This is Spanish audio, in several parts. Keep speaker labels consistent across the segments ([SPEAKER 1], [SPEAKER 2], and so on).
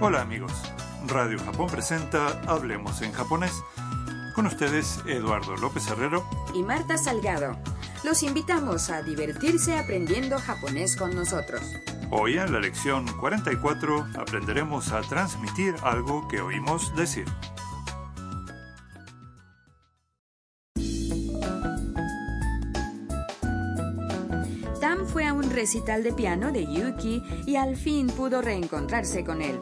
[SPEAKER 1] Hola amigos, Radio Japón presenta Hablemos en japonés. Con ustedes Eduardo López Herrero
[SPEAKER 2] y Marta Salgado. Los invitamos a divertirse aprendiendo japonés con nosotros.
[SPEAKER 1] Hoy en la lección 44 aprenderemos a transmitir algo que oímos decir.
[SPEAKER 2] Tam fue a un recital de piano de Yuki y al fin pudo reencontrarse con él.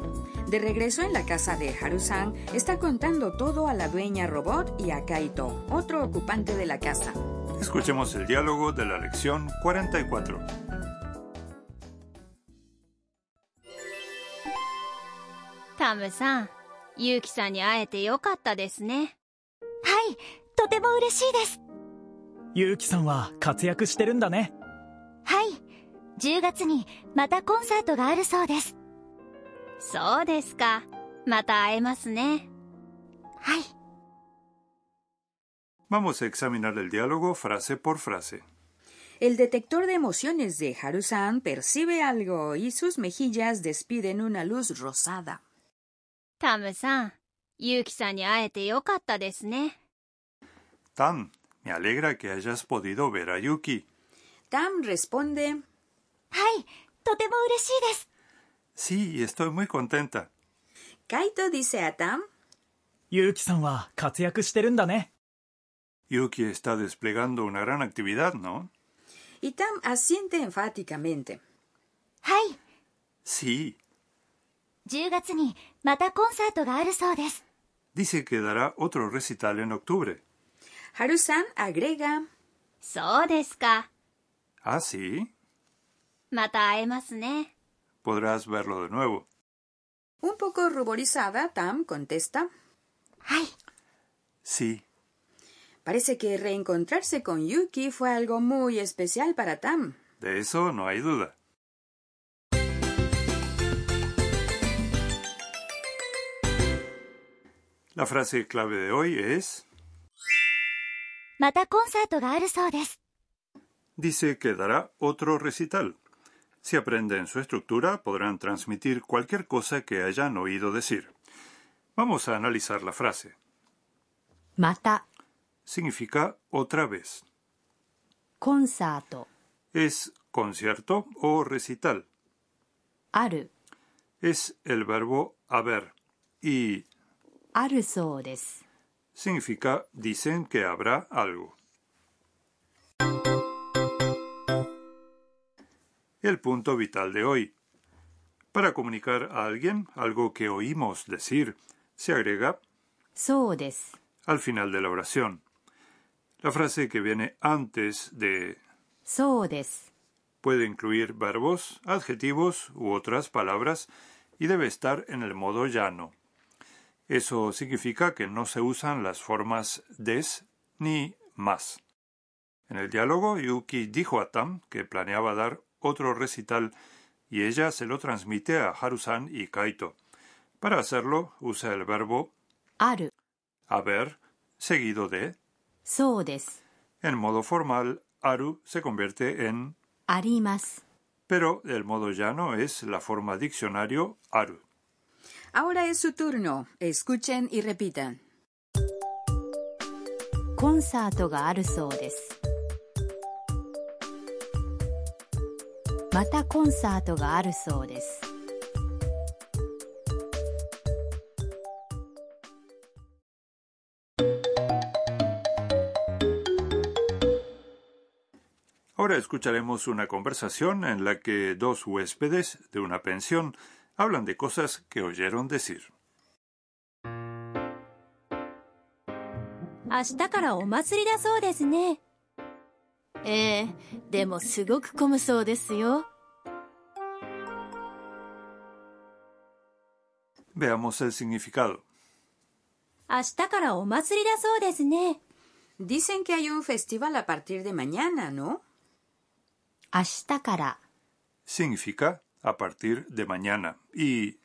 [SPEAKER 2] De regreso en la casa de Harusan, está contando todo a la dueña robot y a Kaito, otro ocupante de la casa.
[SPEAKER 1] Escuchemos el diálogo de la lección 44.
[SPEAKER 3] タムさん、ユウキさんに会えてよかったですね。
[SPEAKER 4] はい、とても嬉しいです。
[SPEAKER 5] ゆうきさんは活躍してるんだね。
[SPEAKER 4] はい、10月にまたコンサートがあるそうです。
[SPEAKER 3] そうですか。また会えますね。
[SPEAKER 4] はい、
[SPEAKER 1] Vamos a examinar el diálogo frase por frase.
[SPEAKER 2] El detector de emociones de Harusan percibe algo y sus mejillas despiden una luz rosada.
[SPEAKER 3] タムさん、ユウキさんに会えてよかったですね。
[SPEAKER 1] Tam, me alegra que hayas podido ver a Yuki.
[SPEAKER 2] Tam responde,
[SPEAKER 4] はい、とても嬉しいです。
[SPEAKER 1] Sí, estoy muy contenta.
[SPEAKER 2] Kaito dice a Tam,
[SPEAKER 5] ゆうきさんは活躍してるんだね。
[SPEAKER 1] Yuki está desplegando una gran actividad, ¿no?
[SPEAKER 2] y Tam asiente enfáticamente.
[SPEAKER 4] はい、
[SPEAKER 1] Sí,
[SPEAKER 4] 10月にまたコンサートがあるそうです。
[SPEAKER 1] dice que dará otro recital en octubre.
[SPEAKER 2] Harusan agrega,
[SPEAKER 3] そうですか。
[SPEAKER 1] Ah, sí,
[SPEAKER 3] また会えますね。
[SPEAKER 1] podrás verlo de nuevo.
[SPEAKER 2] un poco ruborizada, Tam contesta,
[SPEAKER 4] はい、
[SPEAKER 1] Sí,
[SPEAKER 2] parece que reencontrarse con Yuki fue algo muy especial para Tam.
[SPEAKER 1] de eso no hay duda. La frase clave de hoy es,
[SPEAKER 4] またコンサートがあるそうです。
[SPEAKER 1] dice que dará otro recital. Si aprenden su estructura, podrán transmitir cualquier cosa que hayan oído decir. Vamos a analizar la frase.
[SPEAKER 6] また
[SPEAKER 1] Significa otra vez.
[SPEAKER 6] コンサート
[SPEAKER 1] Es concierto o recital.
[SPEAKER 6] ある
[SPEAKER 1] Es el verbo haber y
[SPEAKER 6] あるそうです
[SPEAKER 1] significa dicen que habrá algo. El punto vital de hoy. Para comunicar a alguien algo que oímos decir, se agrega
[SPEAKER 6] そうです
[SPEAKER 1] al final de la oración. La frase que viene antes de
[SPEAKER 6] そうです
[SPEAKER 1] puede incluir verbos, adjetivos u otras palabras y debe estar en el modo llano. Eso significa que no se usan las formas des ni más. En el diálogo, Yuki dijo a Tam que planeaba dar otro recital y ella se lo transmite a Harusan y Kaito. Para hacerlo, usa el verbo
[SPEAKER 6] ある
[SPEAKER 1] haber seguido de.
[SPEAKER 6] そうです
[SPEAKER 1] En modo formal, aru se convierte en
[SPEAKER 6] あります。
[SPEAKER 1] pero el modo llano es la forma diccionario aru.
[SPEAKER 2] Ahora es su turno. Escuchen y repitan.
[SPEAKER 6] コンサートがあるそうです。またコンサートがあるそうです。
[SPEAKER 1] Ahora escucharemos una conversación en la que dos huéspedes de una pensión hablan de cosas que oyeron decir.
[SPEAKER 4] 明日からお祭りだそうですね。ええ、でもすごく混むそうですよ。
[SPEAKER 1] Veamos el significado.
[SPEAKER 4] 明日からお祭りだそうですね。
[SPEAKER 2] Dicen que hay un festival a partir de mañana, ¿no?
[SPEAKER 6] 明日から
[SPEAKER 1] Significa a partir de mañana y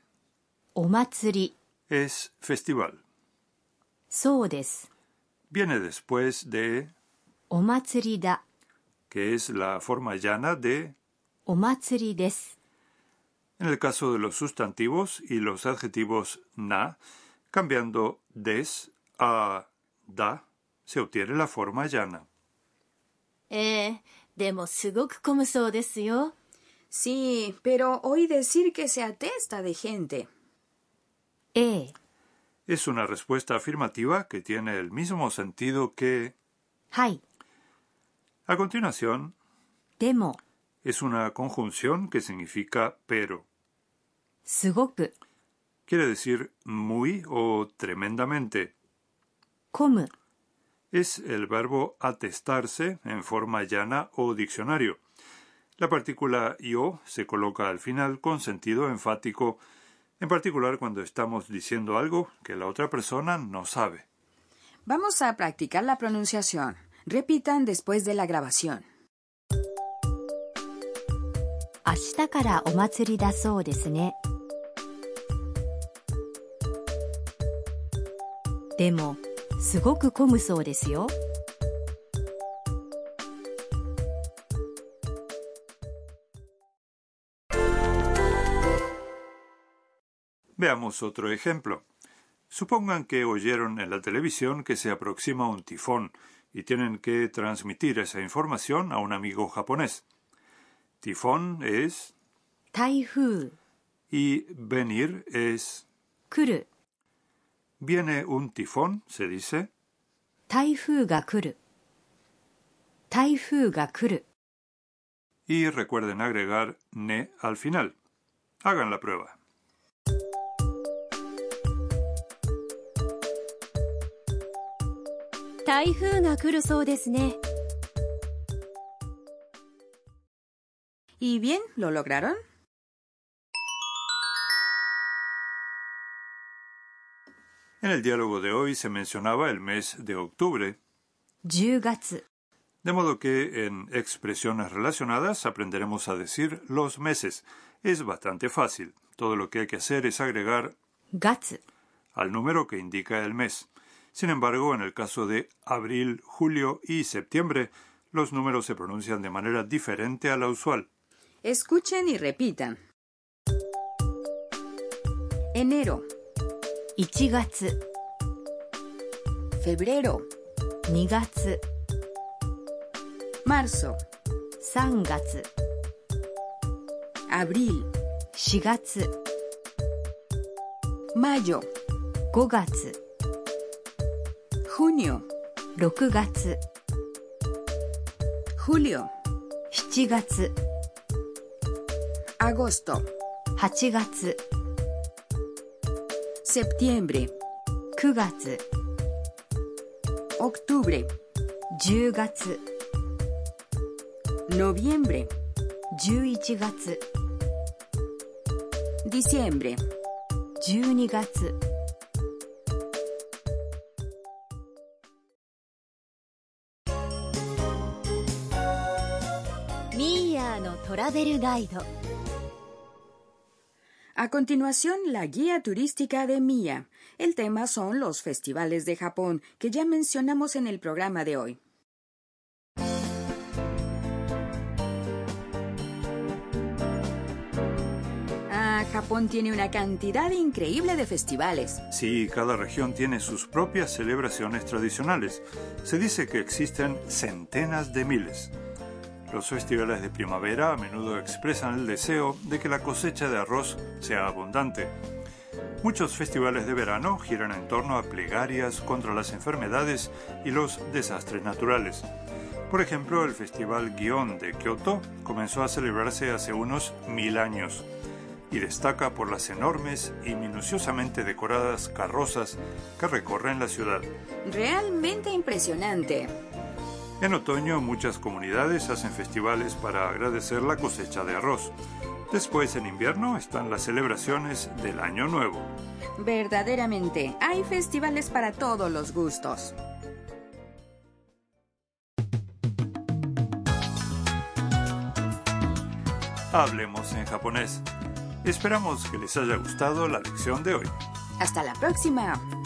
[SPEAKER 6] お祭り。
[SPEAKER 1] es festival.
[SPEAKER 6] そうです。
[SPEAKER 1] Viene después de
[SPEAKER 6] お祭りだ。
[SPEAKER 1] que es la forma llana de
[SPEAKER 6] お祭りです。
[SPEAKER 1] en el caso de los sustantivos y los adjetivos na, cambiando des a da, se obtiene la forma llana.
[SPEAKER 4] ええでもすごく混むそうですよ。
[SPEAKER 2] Sí, pero oí decir que se atesta de gente.
[SPEAKER 6] A、
[SPEAKER 1] Es una respuesta afirmativa que tiene el mismo sentido que
[SPEAKER 6] はい、
[SPEAKER 1] a continuación
[SPEAKER 6] でも、
[SPEAKER 1] es una conjunción que significa pero.
[SPEAKER 6] すごく、
[SPEAKER 1] Quiere decir muy o tremendamente.
[SPEAKER 6] 混む、
[SPEAKER 1] Es el verbo atestarse en forma llana o diccionario. La partícula yo se coloca al final con sentido enfático, en particular cuando estamos diciendo algo que la otra persona no sabe.
[SPEAKER 2] Vamos a practicar la pronunciación. Repitan después de la grabación.
[SPEAKER 6] 明日からお祭りだそうですね。でも、すごく混むそうですよ。
[SPEAKER 1] Veamos otro ejemplo. Supongan que oyeron en la televisión que se aproxima un tifón y tienen que transmitir esa información a un amigo japonés. Tifón es
[SPEAKER 6] 台風、
[SPEAKER 1] y venir es
[SPEAKER 6] 来る、
[SPEAKER 1] viene un tifón, se dice.
[SPEAKER 6] 台風が来る。台風が来る。
[SPEAKER 1] y recuerden agregar ne al final. Hagan la prueba.
[SPEAKER 4] 台風が来るそうですね。
[SPEAKER 2] ¿Y bien? ¿Lo lograron?
[SPEAKER 1] En el diálogo de hoy se mencionaba el mes de octubre,
[SPEAKER 6] 10月、
[SPEAKER 1] de modo que en expresiones relacionadas aprenderemos a decir los meses. Es bastante fácil. Todo lo que hay que hacer es agregar
[SPEAKER 6] 月、
[SPEAKER 1] al número que indica el mes. Sin embargo, en el caso de abril, julio y septiembre, los números se pronuncian de manera diferente a la usual.
[SPEAKER 2] Escuchen y repitan. Enero,
[SPEAKER 6] 1月、
[SPEAKER 2] febrero,
[SPEAKER 6] 2月、
[SPEAKER 2] marzo,
[SPEAKER 6] 3月、
[SPEAKER 2] abril,
[SPEAKER 6] 4月、
[SPEAKER 2] mayo,
[SPEAKER 6] 5月、
[SPEAKER 2] junio,
[SPEAKER 6] 6月、
[SPEAKER 2] julio,
[SPEAKER 6] 7月、
[SPEAKER 2] agosto,
[SPEAKER 6] 8月、
[SPEAKER 2] septiembre,
[SPEAKER 6] 9月、
[SPEAKER 2] octubre,
[SPEAKER 6] 10月、
[SPEAKER 2] noviembre,
[SPEAKER 6] 11月、
[SPEAKER 2] diciembre.
[SPEAKER 6] 12月、
[SPEAKER 4] ミーヤーのトラベルガイド。
[SPEAKER 2] A continuación, la guía turística de Mía. El tema son los festivales de Japón, que ya mencionamos en el programa de hoy. Ah, Japón tiene una cantidad increíble de festivales.
[SPEAKER 1] Sí, cada región tiene sus propias celebraciones tradicionales. Se dice que existen centenas de miles. Los festivales de primavera a menudo expresan el deseo de que la cosecha de arroz sea abundante. Muchos festivales de verano giran en torno a plegarias contra las enfermedades y los desastres naturales. Por ejemplo, el Festival Guión de Kioto comenzó a celebrarse hace unos mil años y destaca por las enormes y minuciosamente decoradas carrozas que recorren la ciudad.
[SPEAKER 2] Realmente impresionante.
[SPEAKER 1] En otoño muchas comunidades hacen festivales para agradecer la cosecha de arroz. Después en invierno están las celebraciones del Año Nuevo.
[SPEAKER 2] Verdaderamente, hay festivales para todos los gustos.
[SPEAKER 1] Hablemos en japonés. Esperamos que les haya gustado la lección de hoy.
[SPEAKER 2] Hasta la próxima.